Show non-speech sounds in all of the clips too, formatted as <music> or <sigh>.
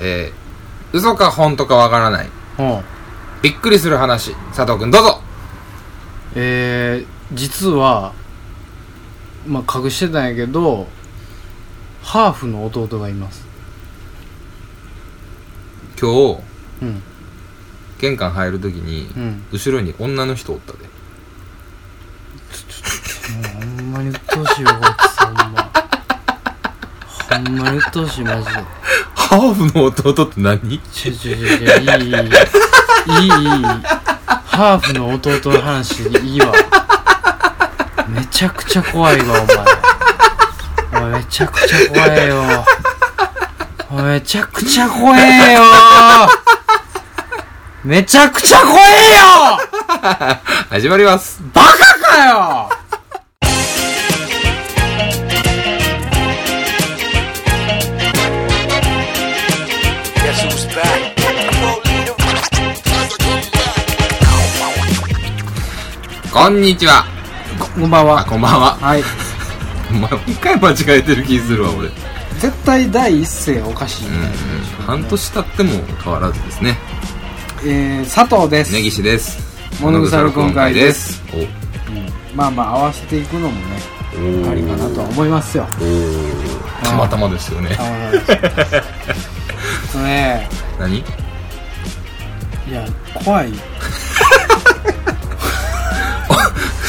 えー、嘘か本当かわからない。うん。びっくりする話。佐藤くんどうぞえー、実は、まあ、隠してたんやけど、ハーフの弟がいます。今日、うん。玄関入るときに、うん。後ろに女の人おったで。もうほんまに鬱陶しいよ、こいつ。ほんま。ほんまに鬱陶しい、マジで。ハーフの弟って何ちょちょちょちょ、いい、いい、いい、いい。ハーフの弟の話、いいわ。めちゃくちゃ怖いわ、お前。お前、めちゃくちゃ怖えよ。お前、めちゃくちゃ怖えよ。めちゃくちゃ怖えよ始まります。バカかよこんにちは。ここんばんあ、は。こんばんは。はい。お前、一回間違えてる気するわ、俺。うん。絶対第一声おかしいみたいな。半年経っても変わらずですね。えー、佐藤です。根岸です。。物腐る今回ですうんまあまあ合わせていくのもね、おおありかなとは思いますよ。おーたまたまですよねあ。わかりましたね何えいや怖い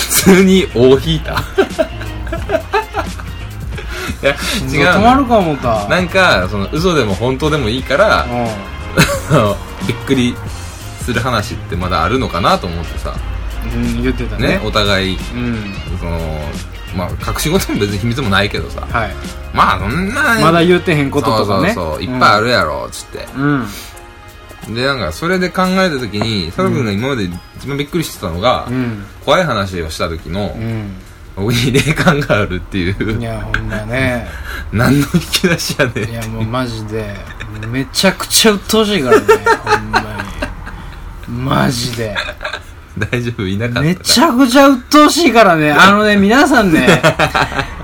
普通に大引いた <laughs> い心臓や違止うまのるか思ったなんかその嘘でも本当でもいいから、 <laughs> びっくりする話ってまだあるのかなと思ってさ、うん、うん、言ってたねねお互いうんそのまあ隠し事も別に秘密もないけどさはいまあそんなまだ言ってへんこととかそうそねうそういっぱいあるやろつって、うんでなんかそれで考えた時に佐藤君が今まで一番びっくりしてたのが、うん怖い話をした時のう、ん、僕に霊感があるっていういやほんまね何の引き出しやねんいやもうマジでめちゃくちゃ鬱陶しいからねほんまにマジで大丈夫いなかっためちゃくちゃ鬱陶しいか <laughs> らねあのね皆さんね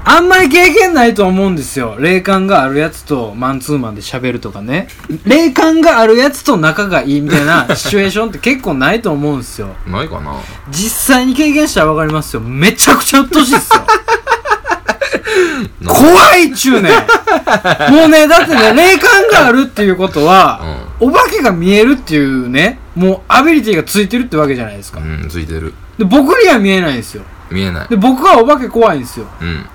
あんまり経験ないと思うんですよ霊感があるやつとマンツーマンで喋るとかね霊感があるやつと仲がいいみたいなシチュエーションって結構ないと思うんですよないかな実際に経験したらわかりますよめちゃくちゃ鬱陶しい <laughs> ですよな怖いっちゅうねんもうねだってね霊感があるっていうことは、お化けが見えるっていうねもうアビリティがついてるってわけじゃないですかうんついてるで僕には見えないんですよ見えないで僕はお化け怖いんですよ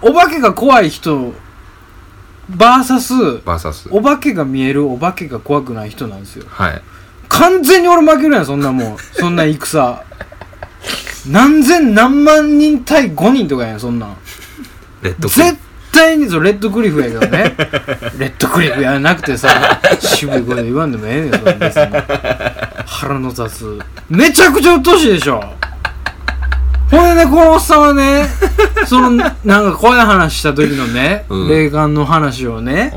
うんお化けが怖い人バーサスバーサスお化けが見えるお化けが怖くない人なんですよはい完全に俺負けるやんそんなもんそんな戦何千何万人対5人とかやんそんなんレッドクリ絶対にそうレッドクリフやけど <laughs> ねレッドクリフやなくてさ渋い声で言わんでもええねんそれ別に腹の立つめちゃくちゃ鬱陶しいでしょほんでねこのおっさんはねそのなんか怖い話した時のね、うん霊感の話をね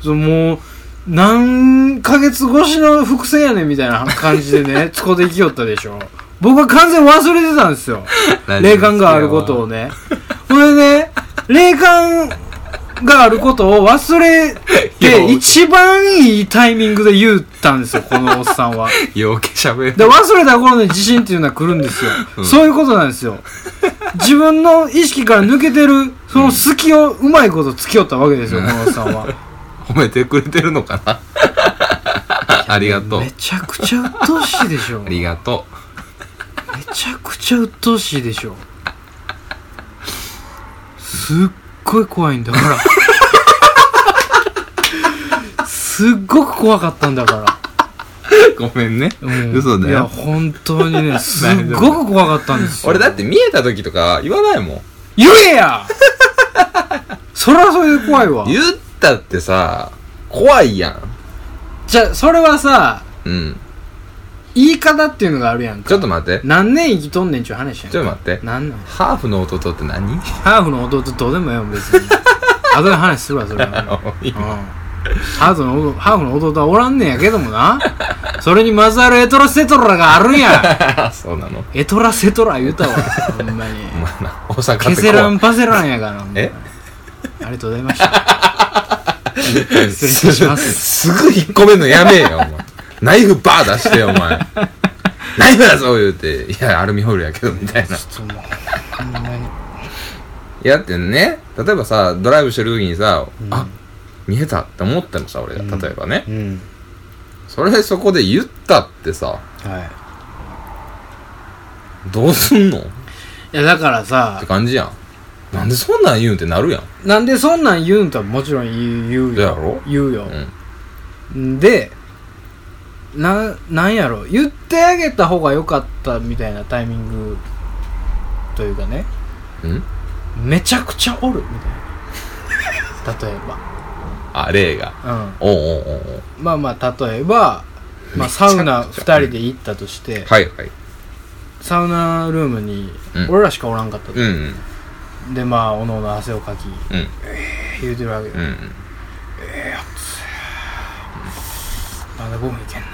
うそのもう何ヶ月越しの伏線やねんみたいな感じでね <laughs> 使っていきよったでしょ僕は完全に忘れてたんですよん霊感があることをね。これね、霊感があることを忘れようて、一番いいタイミングで言ったんですよ、このおっさんは。よけしゃべるで、忘れた頃に自信っていうのは来るんですよ。うんそういうことなんですよ。自分の意識から抜けてる、その隙をうまいこと突き寄ったわけですよ、うんこのおっさ <laughs> んは。褒めてくれてるのかな <laughs> ありがとうめちゃくちゃ鬱陶しいでしょ。ありがとめちゃくちゃ鬱陶しいでしょすっごい怖いんだからすっごく怖かったんだかう <laughs> ごめんね、ら、うん嘘だいやよ本当 <laughs> にねすっごく怖かったんですよ俺だって見えた時とか言わないもん言えやそれはそれで怖いわ言ったってさ怖いやじゃあそれはさんうん言い方っていうのがあるやんかちょっと待って何年生きとんねんちゅう話やんちょっと待って何なんハーフの弟って何 <laughs> ハーフの弟どうでもええよ別に後で話するわそれはハーフの弟ハーフの弟はおらんねんやけどもな。それにまずあるエトラセトラがあるんや。そうなのエトラセトラ言うたわ。ほんまに。お前な大阪って怖いケセランパセランやから。ほんまにえありがとうございました。失礼しますすぐ引っ込めんのやめえよ、お前。ナイフバー出してよ、お前。ナイフだぞ言うて、いや、アルミホイルやけど、みたいな。ちょっともうほんまにいやだってね、例えばさ、ドライブしてる時にさ、あ、見えたって思ってもさ、俺が、例えばね。うんそれそこで言ったってさ、はどうすんのっいいやだからさて感じやん。なんでそんなん言うんってなるやん。なんでそんなん言うんとはもちろん言う言うだやよろ言うよう、ん。でななんやろ言ってあげた方が良かったみたいなタイミングというかねうんめちゃくちゃおるみたいな例えあ、例が。ばうんおうおうおうおうまあまあ例えば、まあ、サウナ2人で行ったとして、はいはい。サウナルームにうん俺らしかおらんかったと、うんうん。でまあおのおの汗をかきうん。言うてるわけよ、うんうん。まだ5分いけんう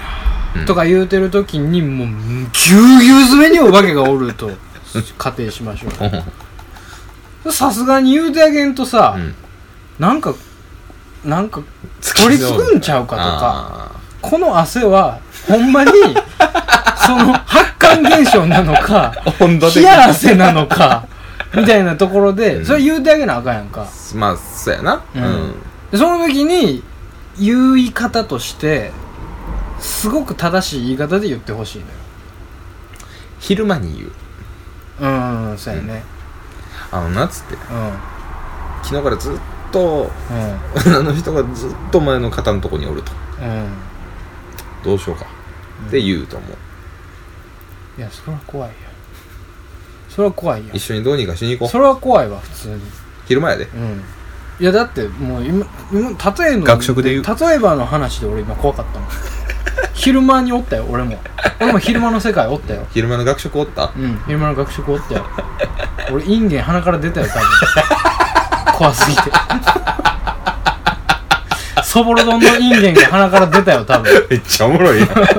な、んとか言うてる時にもうぎゅうぎゅう詰めにお化けがおると仮定しましょおううさすがに言うてあげんとさ、うん。なんかなんか取りつくんちゃうかとかあーこの汗はほん <laughs> まにその発汗現象なのか温度的冷にや汗な <laughs> のかみたいなところで、うんそれ言うてあげなあかんやんかまあそうやなううんん、でその時に言い方としてすごく正しい言い方で言ってほしいのよ昼間に言ううんうんそうやねあのなっつってうんうん昨日からずっと <laughs> 女の人がずっとお前の肩のとこにおるとうんどうしようかって言うと思う、いやそれは怖いよそれは怖いよ一緒にどうにかしに行こそれは怖いわ普通にう昼間やでうんいやだってもう今今例えの学食で言う例えばの話で俺今怖かったもん昼間におったよ俺も俺も昼間の世界おったよ昼間の学食おったうん、昼間の学食おったよ俺インゲン鼻から出たよ多分怖すぎてそぼろ丼のインゲンが鼻から出たよ多分 <laughs> めっちゃおもろいやんめち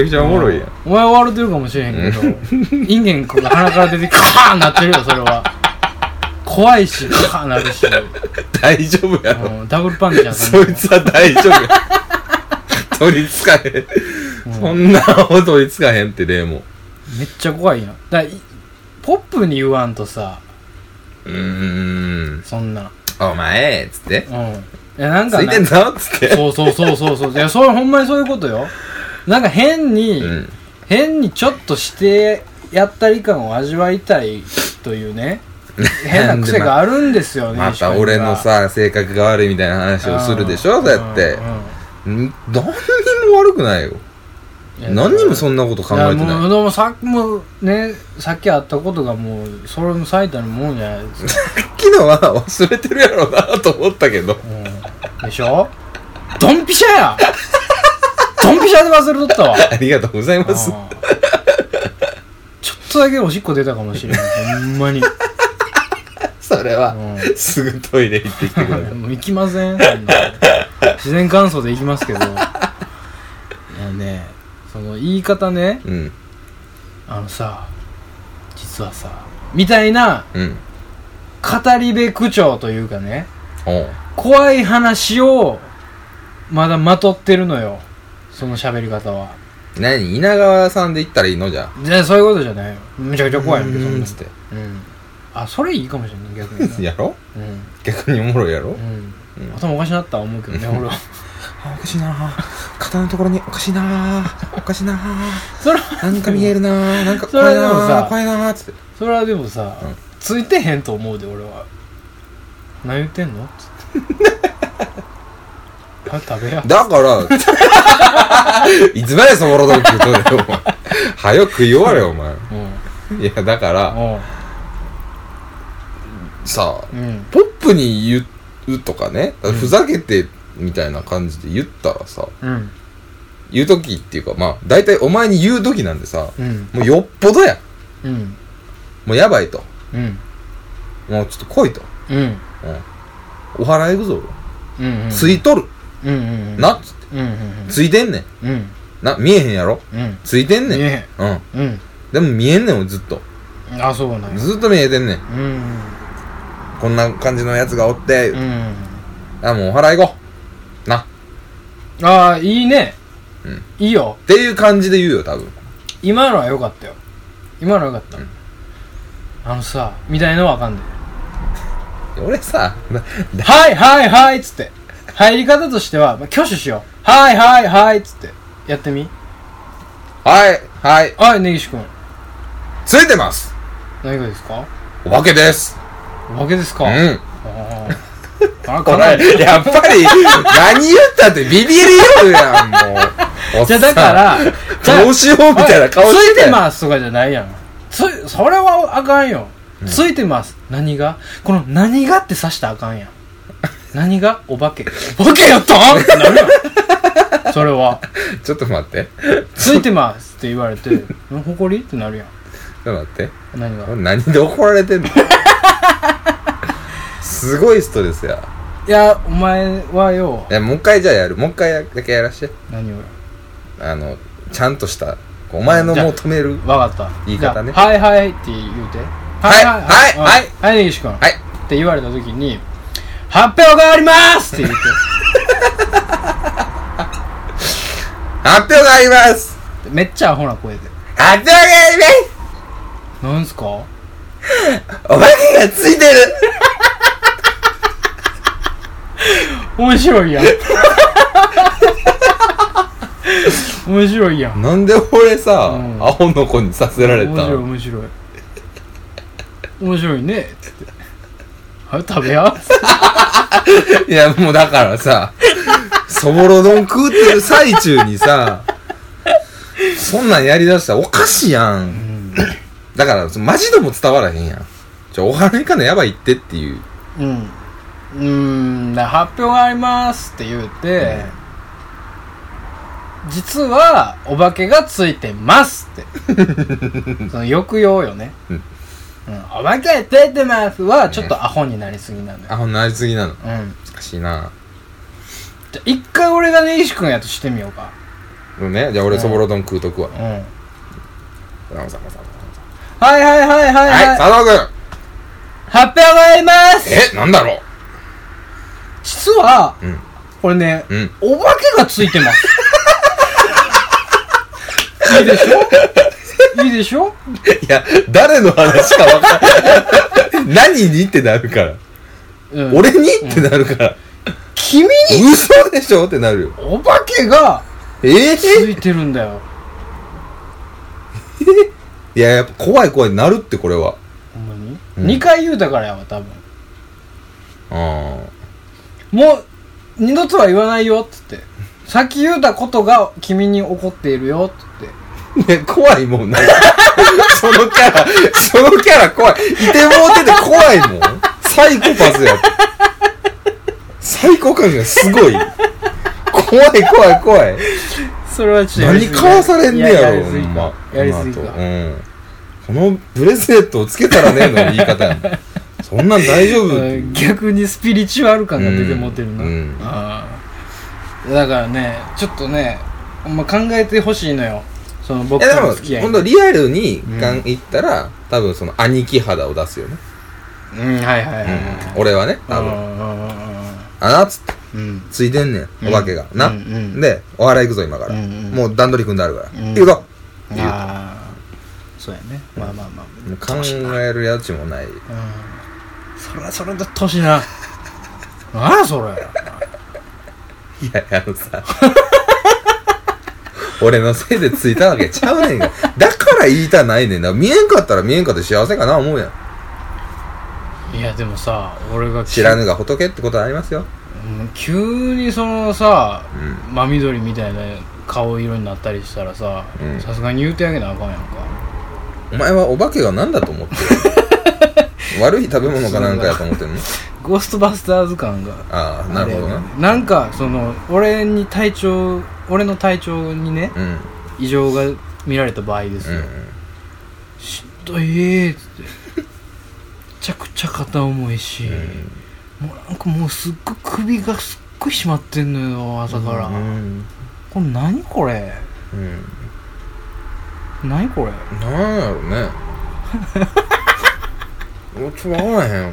ゃくちゃおもろいやんお前は笑ってるかもしれへんけどインゲンが鼻から出てカーンなってるよそれは怖いしカーンなるし、大丈夫やろ、うん、ダブルパンチやんそんいつは大丈夫や取りつかへん、そんな青取りつかへんって例もめっちゃ怖いやんだからいポップに言わんとさうーんそんなお前っつってうんいやなんつかないてんぞっつってそうそうそうそうそういやそれほんまにそういうことよなんか変に、うん変にちょっとしてやったり感を味わいたいとい <laughs> うね変な癖があるんですよねまた俺のさ性格が悪いみたいな話をするでしょそうやってん何にも悪くないよ何にもうそんなこと考んいやえてもうないでもさっきもねさっきあったことがもうそれの最たるもんじゃないですか、昨日は忘れてるやろうなと思ったけど <laughs> うん、でしょドンピシャやドンピシャで忘れとったわありがとうございますうんちょっとだけおしっこ出たかもしれないほんまに、うそれはんすぐトイレ行ってきてくだ <laughs> さいもう行きませんそんな自然乾燥で行きますけどいやねその言い方ねうんあのさ実はさみたいなうん語り部口調というかねおう怖い話をまだまとってるのよその喋り方は何稲川さんで行ったらいいのじゃじゃあそういうことじゃないよめちゃくちゃ怖いんだけどそんんなつってうんあそれいいかもしれない逆にな <laughs> やろうん逆におもろいやろうんうん頭おかしなった思うけ <laughs> どね俺はあおかしいな肩のところにおかしいなおかしいなそれなんか見えるななんか <laughs> それでもさ怖いなつってそれはでもさ、うんついてへんと思うで俺は何言って <laughs> んのつってあ食べやだから、いつまでそぼろ丼食うとんねん、お前。早く食い終われよ、お前。うんいや、だから、さあ、うんポップに言うとかね、ふざけて、みたいな感じで言ったらさ、うん言うときっていうか、まあ、大体お前に言うときなんでさ、うんもうよっぽどや。うんもうやばいと。うんもうちょっと来いと。うんうん。お払い行くぞ、うんうんついとる。うんうんうんなっつって。うんうんついてんねん。うんうんな、見えへんやろうんついてんねん。ねうん。うんでも見えんねん、俺ずっと。あそうなんやずっと見えてんねん。うんこんな感じのやつがおって、うんあ、もうお祓い行こう。な。っああ、いいね。うんいいよ。ていう感じで言うよ、多分。今のは良かったよ。今のは良かった。あのさ、みたいのはあかんね俺さ、なはいはいはいっつって。入り方としては、まあ、挙手しよう。はいはいはいっつって。やってみ。はい、はい、はい、根岸君。ついてます何がですかお化けです。お化けですかうあん。ーあ、こかなり。れ、やっぱり、何言ったってビビりよやん、もう。おっさんじゃあだか、ら、じゃあどうしよ <laughs> うみたいな顔つしていたよてますとかじゃないやんつそれはあかんよ、ついてます何がこの何がって指したらあかん <laughs> やん何がお化けお化けやったんってなるやんそれはちょっと待って。ついてますって言われてん誇りってなるやんちょっと待って。何がこれ何で怒られてんのすごいストレスや。いやお前はよいや、もう一回じゃあやる。もう一回だけやらして。何をよあの、ちゃんとした、お前のじゃあ求める。わかった言い方ねじゃあはいはいって言うてはいはいうんはい根岸君はい。って言われた時に「発表があります!」って言って発表がありますめっちゃアホな声で発表があります「なんすか?」お化けがついてる面白 <laughs> いやん面白いやんなんで俺さ、うんアホの子にさせられた面白いの面白い面白いねつって「は食べや」つっていや、もうだからさ、そぼろ丼食ってる最中にさ、そんなんやりだしたらおかしいやん。だから、そのマジでも伝わらへんやん。ちょ、お花行かなやばいってっていう。うんうーんだから発表がありますって言うて、実はお化けがついてます <laughs> ってその抑揚よね、うんうんお化けついてますはちょっとアホになりすぎなのよ、アホになりすぎなの。うん難しいな。じゃあ一回俺が根岸君やとしてみようかでもね、じゃあ俺そぼろ丼食うとくわ。うんさんさんさんはいはいはいはいはい。はい、佐藤発表があります君え、なんだろう実は、うんこれね、うんお化けがついて <laughs> ます。いいでしょいいでしょいや、誰の話かわかんない。 <laughs> 何にってなるから。うん、俺にってなるから。君に嘘でしょってなるよ。お化けがえつーいてるんだよ。いや、やっぱ怖い怖いなるってこれは。ほんまに、うん二 ?2 回言うたからやわ、多分。あもう、二度とは言わないよ、つって。さっき言うたことが君に起こっているよ、つっあ。て。ね、 <laughs> 怖いもんな。そのキャラ、そのキャラ怖い。いてもうてて怖いもん。サイコパスやって。サイコ感がすごい。怖い怖い怖い。それはちょっとやり何すぎかわされんねやろ、いややりすぎほんまか。やりすぎこのか後。うん。このブレスレットをつけたらねえの言い方やん。そんなん大丈夫うん逆にスピリチュアル感が出て持てるな、うんうんああだからねちょっとねほんま考えてほしいのよその僕いやとでのも、付き合いほんとリアルにがん行ったら、多分その兄貴肌を出すよね。うんはいはいはいはうん、俺はね、い多分。うあなっつって、んうんついてんねん、お化けが。な、うんうんで、お笑い行くぞ、今から。うんうんもう段取り組んであるから。うん行くぞうっんていうああそうやねまあまあまあ、もう考えるやつもない。うん、それはそれだとし <laughs> な何やそれいや、あのさ。俺のせいでついたわけちゃう <laughs> ねんが。だから言いたないねんな。見えんかったら見えんかって幸せかな思うやん。いやでもさ俺が知らぬが仏ってことはありますよ。うん急にそのさ、う真緑みたいな顔色になったりしたらさうんさすがに言うてあげなあかんやんかお前はお化けが何だと思って <laughs> る悪い食べ物かなんかやと思ってんのゴーストバスターズ感がああ、なるほどあれやな。ねなんかその俺に体調俺の体調にねうん。うん異常が見られた場合ですよ、しんどいーっつってめちゃくちゃ肩重いし、もうなんかもうすっごい首がすっごい締まってんのよ朝から、うん。うん。これ何これうん。何これ <laughs> なんやろね。もうちょっとわからへん。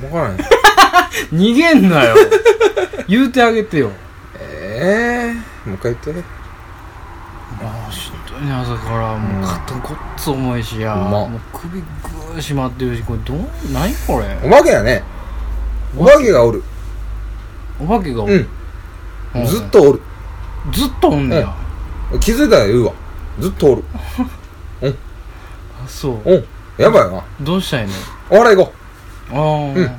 分からへん逃げん <laughs> なよ言うてあげてよええもう一回言ってああしんどいね朝からもうんう肩こっつ重いしや、ほんまもう首ぐーしまってるしこれどう何こおれ化けやねお化けがおるお化けがおうる、んずっとおるずっとおんねや、うん気づいたら言うわずっとおるあそううんやばいなどうしたいのお笑い行こうああ、うん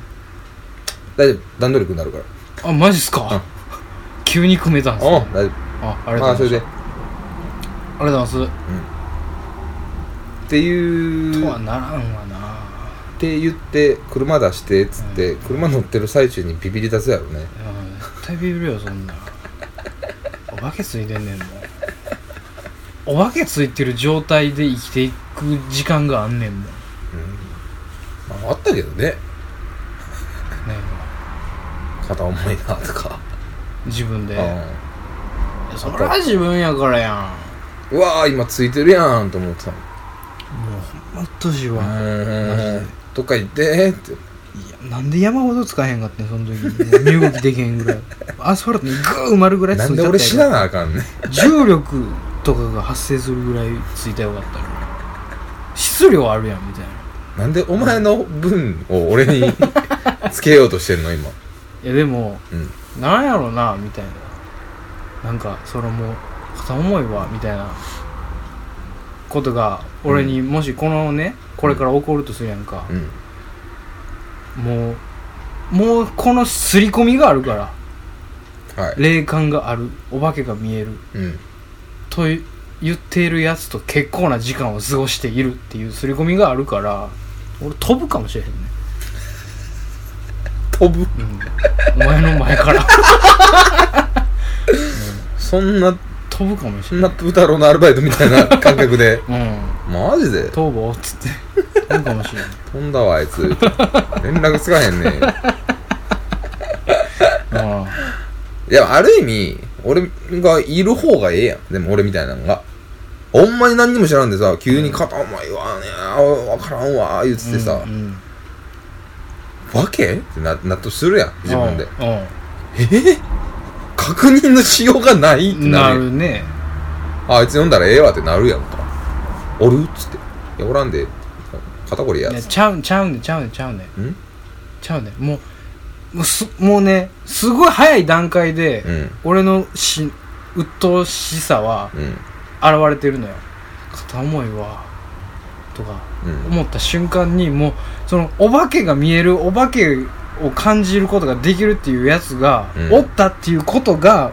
大丈夫段取りくなるからあマジっすか、うん <laughs> 急に組めたんすうんね大丈ああり夫があとそうごれざでいっますありがとうございまていすうとはならんわなって言って車出してっつって、車乗ってる最中にビビり出すやろねうん絶対ビビるよそんなお化けついてんねんもんお化けついてる状態で生きていく時間があんねんもんねまああったけどねえ片思いなとか、自分でうそりゃ自分やからやんんうわー今ついてるやんと思ってたのもうほんまうっとうしいわうーマんどっか行ってーっていやなんで山ほど使えへんかってんその時に身動きできへんぐらいアスファルトにグー埋まるぐらいついなちゃんっでた俺死ならなあかんねん重力とかが発生するぐらいついたらよかったら質量あるやんみたいななんでお前の分を俺 <laughs> につけようとしてんの今いやでも、うんなんやろなみたいななんかそれもう片思いはみたいなことが俺にもしこのね、これから起こるとするやんか、うんもうもうこの刷り込みがあるからはい霊感があるお化けが見えるうんとい言っているやつと結構な時間を過ごしているっていう刷り込みがあるから俺飛ぶかもしれへんね、飛ぶうん、お前の前からそんな飛ぶかもしそれんな、ないプー太郎のアルバイトみたいな感覚 <laughs> でうんマジで逃亡っつって飛ぶかもしれない飛んだわあいつ連絡つかへんねんあいや、ある意味、俺がいる方がええやん。でも俺みたいなのが。ほんまに何にも知らんでさ、急に片思いはね、あわからんわ、言っててさ、うんわけってな納得するやん、自分で。うえ確認のしようがないってんななるやん。るねあ、あいつ読んだらええわってなるやんか。おるっつって。いや、おらんで、肩こりやいやつ。ちゃうちゃうねちゃうねちゃうねんちゃうねもうもうすもうねすごい早い段階で、うん。俺のし鬱陶しさはうん。現れてるのよ片思いはとかうん。思った瞬間にもうそのお化けが見えるお化けを感じることができるっていうやつが、うんおったっていうことが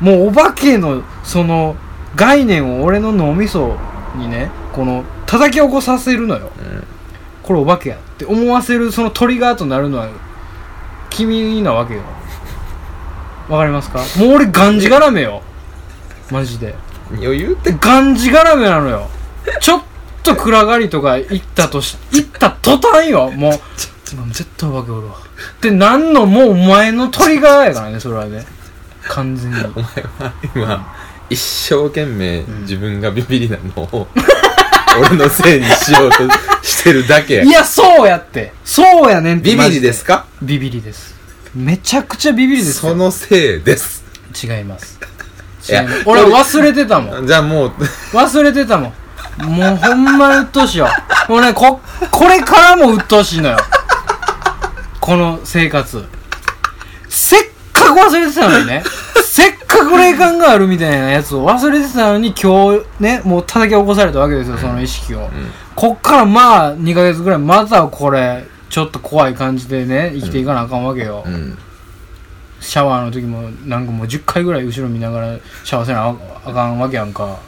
もうお化けのその概念を俺の脳みそにねこの叩き起こさせるのようん。これお化けやって思わせるそのトリガーとなるのは君なわけよわかりますかもう俺がんじがらめよマジで余裕って、がんじがらめなのよちょっと暗がりとか行ったとし行った途端よもう今絶対お化けおるわってなんのもうお前のトリガーやからねそれはね完全に今、一生懸命自分がビビりなのを、俺のせいにしようとしてるだけやい。やそうやってそうやねんってビビリですすかビビリですめちゃくちゃビビリですそよのせいです。違いますいや違います俺忘れてたもんじゃあもう、忘れてたもんもうほんまに鬱陶しいよもうねここれからも鬱陶しいのよこの生活せっかく忘れてたのにねせっかく霊感があるみたいなやつを忘れてたのに今日ねもう叩き起こされたわけですよその意識を、こっからまあ2ヶ月ぐらいまたこれちょっと怖い感じでね生きていかなあかんわけよ、うん。シャワーの時もなんかもう10回ぐらい後ろ見ながらシャワーせなああかんわけやんか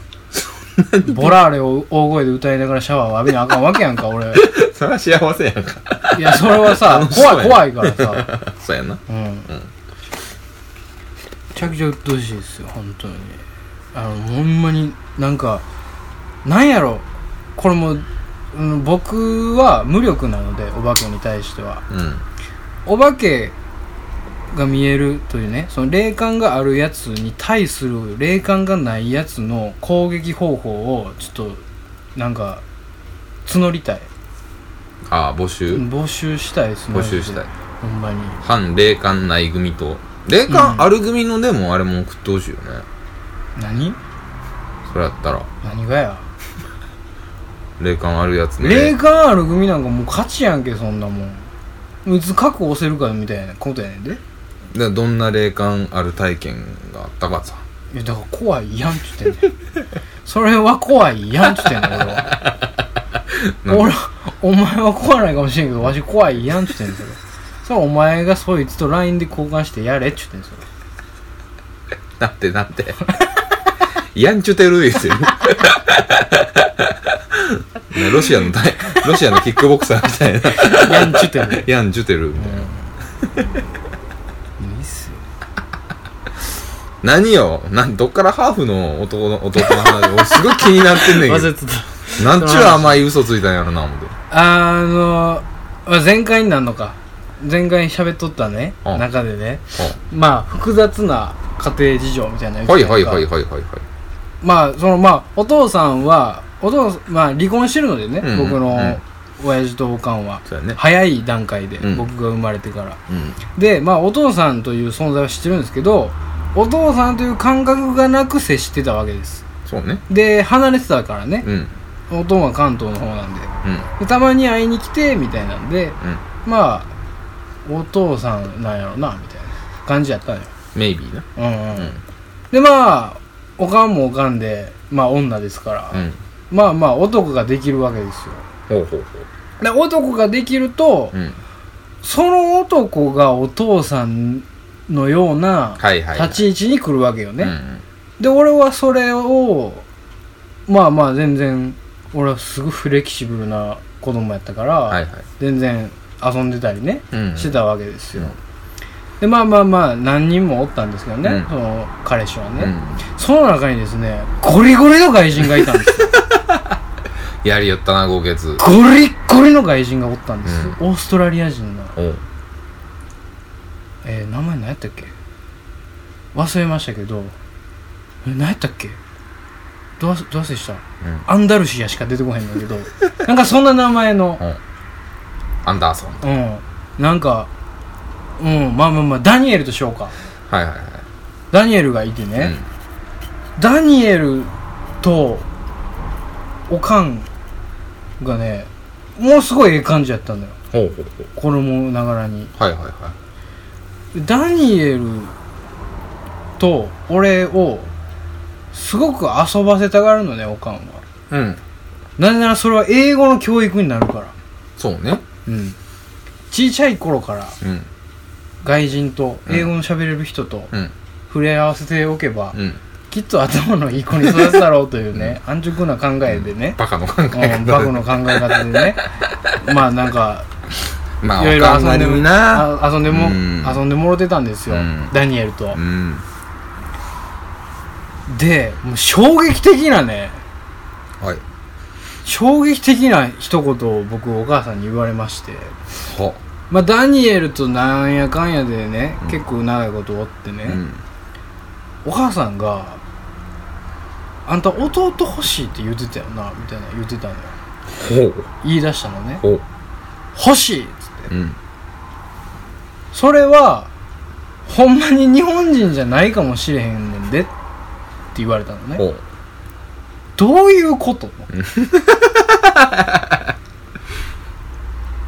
ボラーレを大声で歌いながらシャワーを浴びなあかんわけやんか俺それは幸せやんか。いやそれはさ <laughs> 楽しそうや怖ねい怖いからさ <laughs> そうやな。うん、めちゃくちゃ鬱陶しいですよ本当にあのほんまになんかなんやろこれも、うん、僕は無力なのでお化けに対してはうん。お化けが見えるというねその霊感があるやつに対する霊感がないやつの攻撃方法をちょっとなんか募りたいああ募集、募集したいですね募集したいほんまに反霊感ない組と霊感ある組のでもあれも送ってほしいよね、何それやったら何がや霊感あるやつね霊感ある組なんかもう勝ちやんけそんなもんいつ覚悟せるかみたいなことやねんでだからどんな霊感ある体験があったかさいやだから怖いやんっつってんねんそれは怖いやんっつってんねん俺はなんか俺はお前は怖ないかもしれんけどわし怖いやんっつってんねんそれそれお前がそいつと LINE で交換してやれっつってんねんそれなってなってやんちゅてる言うてる <laughs> ロシアの大ロシアのキックボクサーみたいなやんっつってんねんやんちゅてるみたいないいっすよ何よ何どっからハーフの男の弟の話俺すごい気になってんねんけ忘どれてたなんちゅう甘い嘘ついたんやろな思ってあのまあ前回になんのか前回喋っとったねうん中でねはまあ複雑な家庭事情みたいなの言ってたいやんかはいはいはいはいはいまあそのまあお父さんはお父さんまあ離婚してるのでね、うんうん僕うのん親父とおかんは、そうやね早い段階で、うん僕が生まれてからうんでまあお父さんという存在は知ってるんですけどお父さんという感覚がなく接してたわけですそうねで離れてたからねう、んうんお父んは関東の方なんででたまに会いに来てみたいなんでうんまあお父さんなんやろなみたいな感じやったのよメイビーなうん、ううんん、でまあおかんもおかんでまあ女ですから、うんまあまあ男ができるわけですよほうほうほで男ができると、ううんその男がお父さんのようなはいはいはい立ち位置に来るわけよね、うんうんで俺はそれをまあまあ全然俺はすごいフレキシブルな子供やったから、はいはい全然遊んでたりねうんしてたわけですよ、うんでまあまあまあ何人もおったんですけどね、うんその彼氏はね、うんその中にですねゴリゴリの外人がいた <laughs> んですよやりよったな豪傑ゴリッゴリの外人がおったんですよ、オーストラリア人のおうえー、名前何やったっけ忘れましたけどえ何やったっけどうわどうせした、アンダルシアしか出てこへんねんだけど <laughs> なんかそんな名前のアンダーソンうんなんかうんまあまあまあダニエルとしようかはいはいはダニエルがいていね、ダニエルとおかんがねもうすごいええ感じやったんだようんほうほうほう子供ながらにはいはいはいダニエルと俺をすごく遊ばせたがるのねおかんはうんなぜならそれは英語の教育になるからそうねうん小さい頃からうん外人と英語の喋れる人とうん触れ合わせておけば、うんきっと頭のいい子に育つだろうというね、安直な考えでね、バカの考えう方ん、バグの考え方でねまあなんか <laughs> まあいろいろお遊考えんででももなあ遊んでもうん遊んでもろてたんですよ、うんダニエルと、うんでもう衝撃的なねはい衝撃的な一言を僕お母さんに言われまして、はまあ、ダニエルとなんやかんやでね、うん結構長いことおってね、うんお母さんが「あんた弟欲しいって言ってたよな」みたいな言ってたのよほう言い出したのねほう「欲しい」っつってうんそれはほんまに日本人じゃないかもしれへんねんでって言われたのねほうどういうこと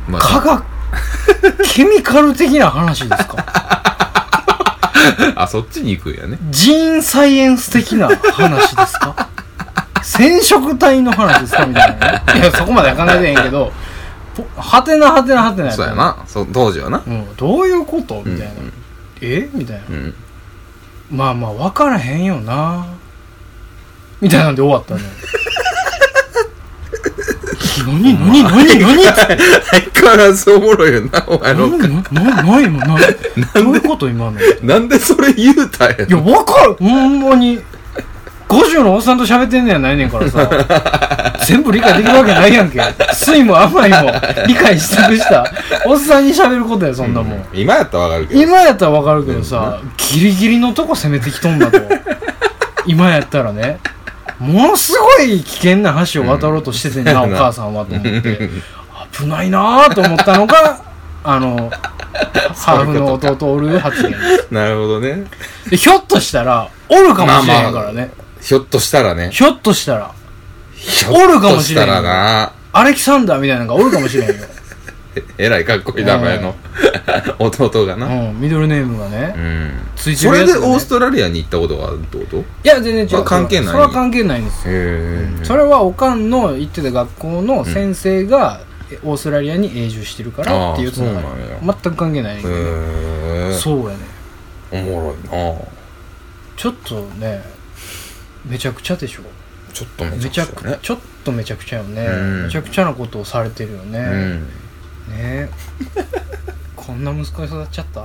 ま科あ学 <laughs> ケミカル的な話ですかあそっちに行くんやねジーンサイエンス的な話ですか染色体の話ですかみたいなね。いや、そこまでは考えてへんけど、 <laughs> ぽはてなはてなはてなったそうや。なそう当時はなうん、どういうことみたいな。うんうんえみたいなう。んまあまあ、わからへんよな。みたいなんで終わったね。何何何何って相変わらずおもろいよなお前の何何何何どういうこと今の。いなんでそれ言うたんやや、わかるほんまに。50のおっさんと喋ってんねやないねんからさ。全部理解できるわけないやんけ。酸いも甘いも理解し尽くした。おっさんに喋ることや、そんなもん。今やったらわかるけど今やったらわかるけどさ、ギリギリのとこ攻めてきとんだと。今やったらね、ものすごい危険な橋を渡ろうとしててんな、うんお母さんはと思って。あ危ないなぁと思ったのが、 <laughs> あの、ハーフの弟おる発言でなるほどね。すでひょっとしたら、おるかもしれへんからね。ひょっとしたらね。ひょっとしたら、ひおるかもしれんよょっとしたらな。アレキサンダーみたいなのがおるかもしれへんよ。ええらいかっこいい名前の <laughs> 弟がな。うん、ミドルネームがねう、ん。ついてそるれやでつがね、オーストラリアに行ったことがあるってことへいや、全然違う。あ関係ないそれは関係ないんですよ。えそれはおかんの行ってた学校の先生がえオーストラリアに永住してるからっていうつながりああそうなん全く関係ないねんけどねへえそうやねおもろいなちょっとねめちゃくちゃでしょちょっとめめちちゃゃくくちゃねちょっとめちゃくちゃよね、うんめちゃくちゃなことをされてるよね、うん <laughs> ねこんな息子に育っちゃった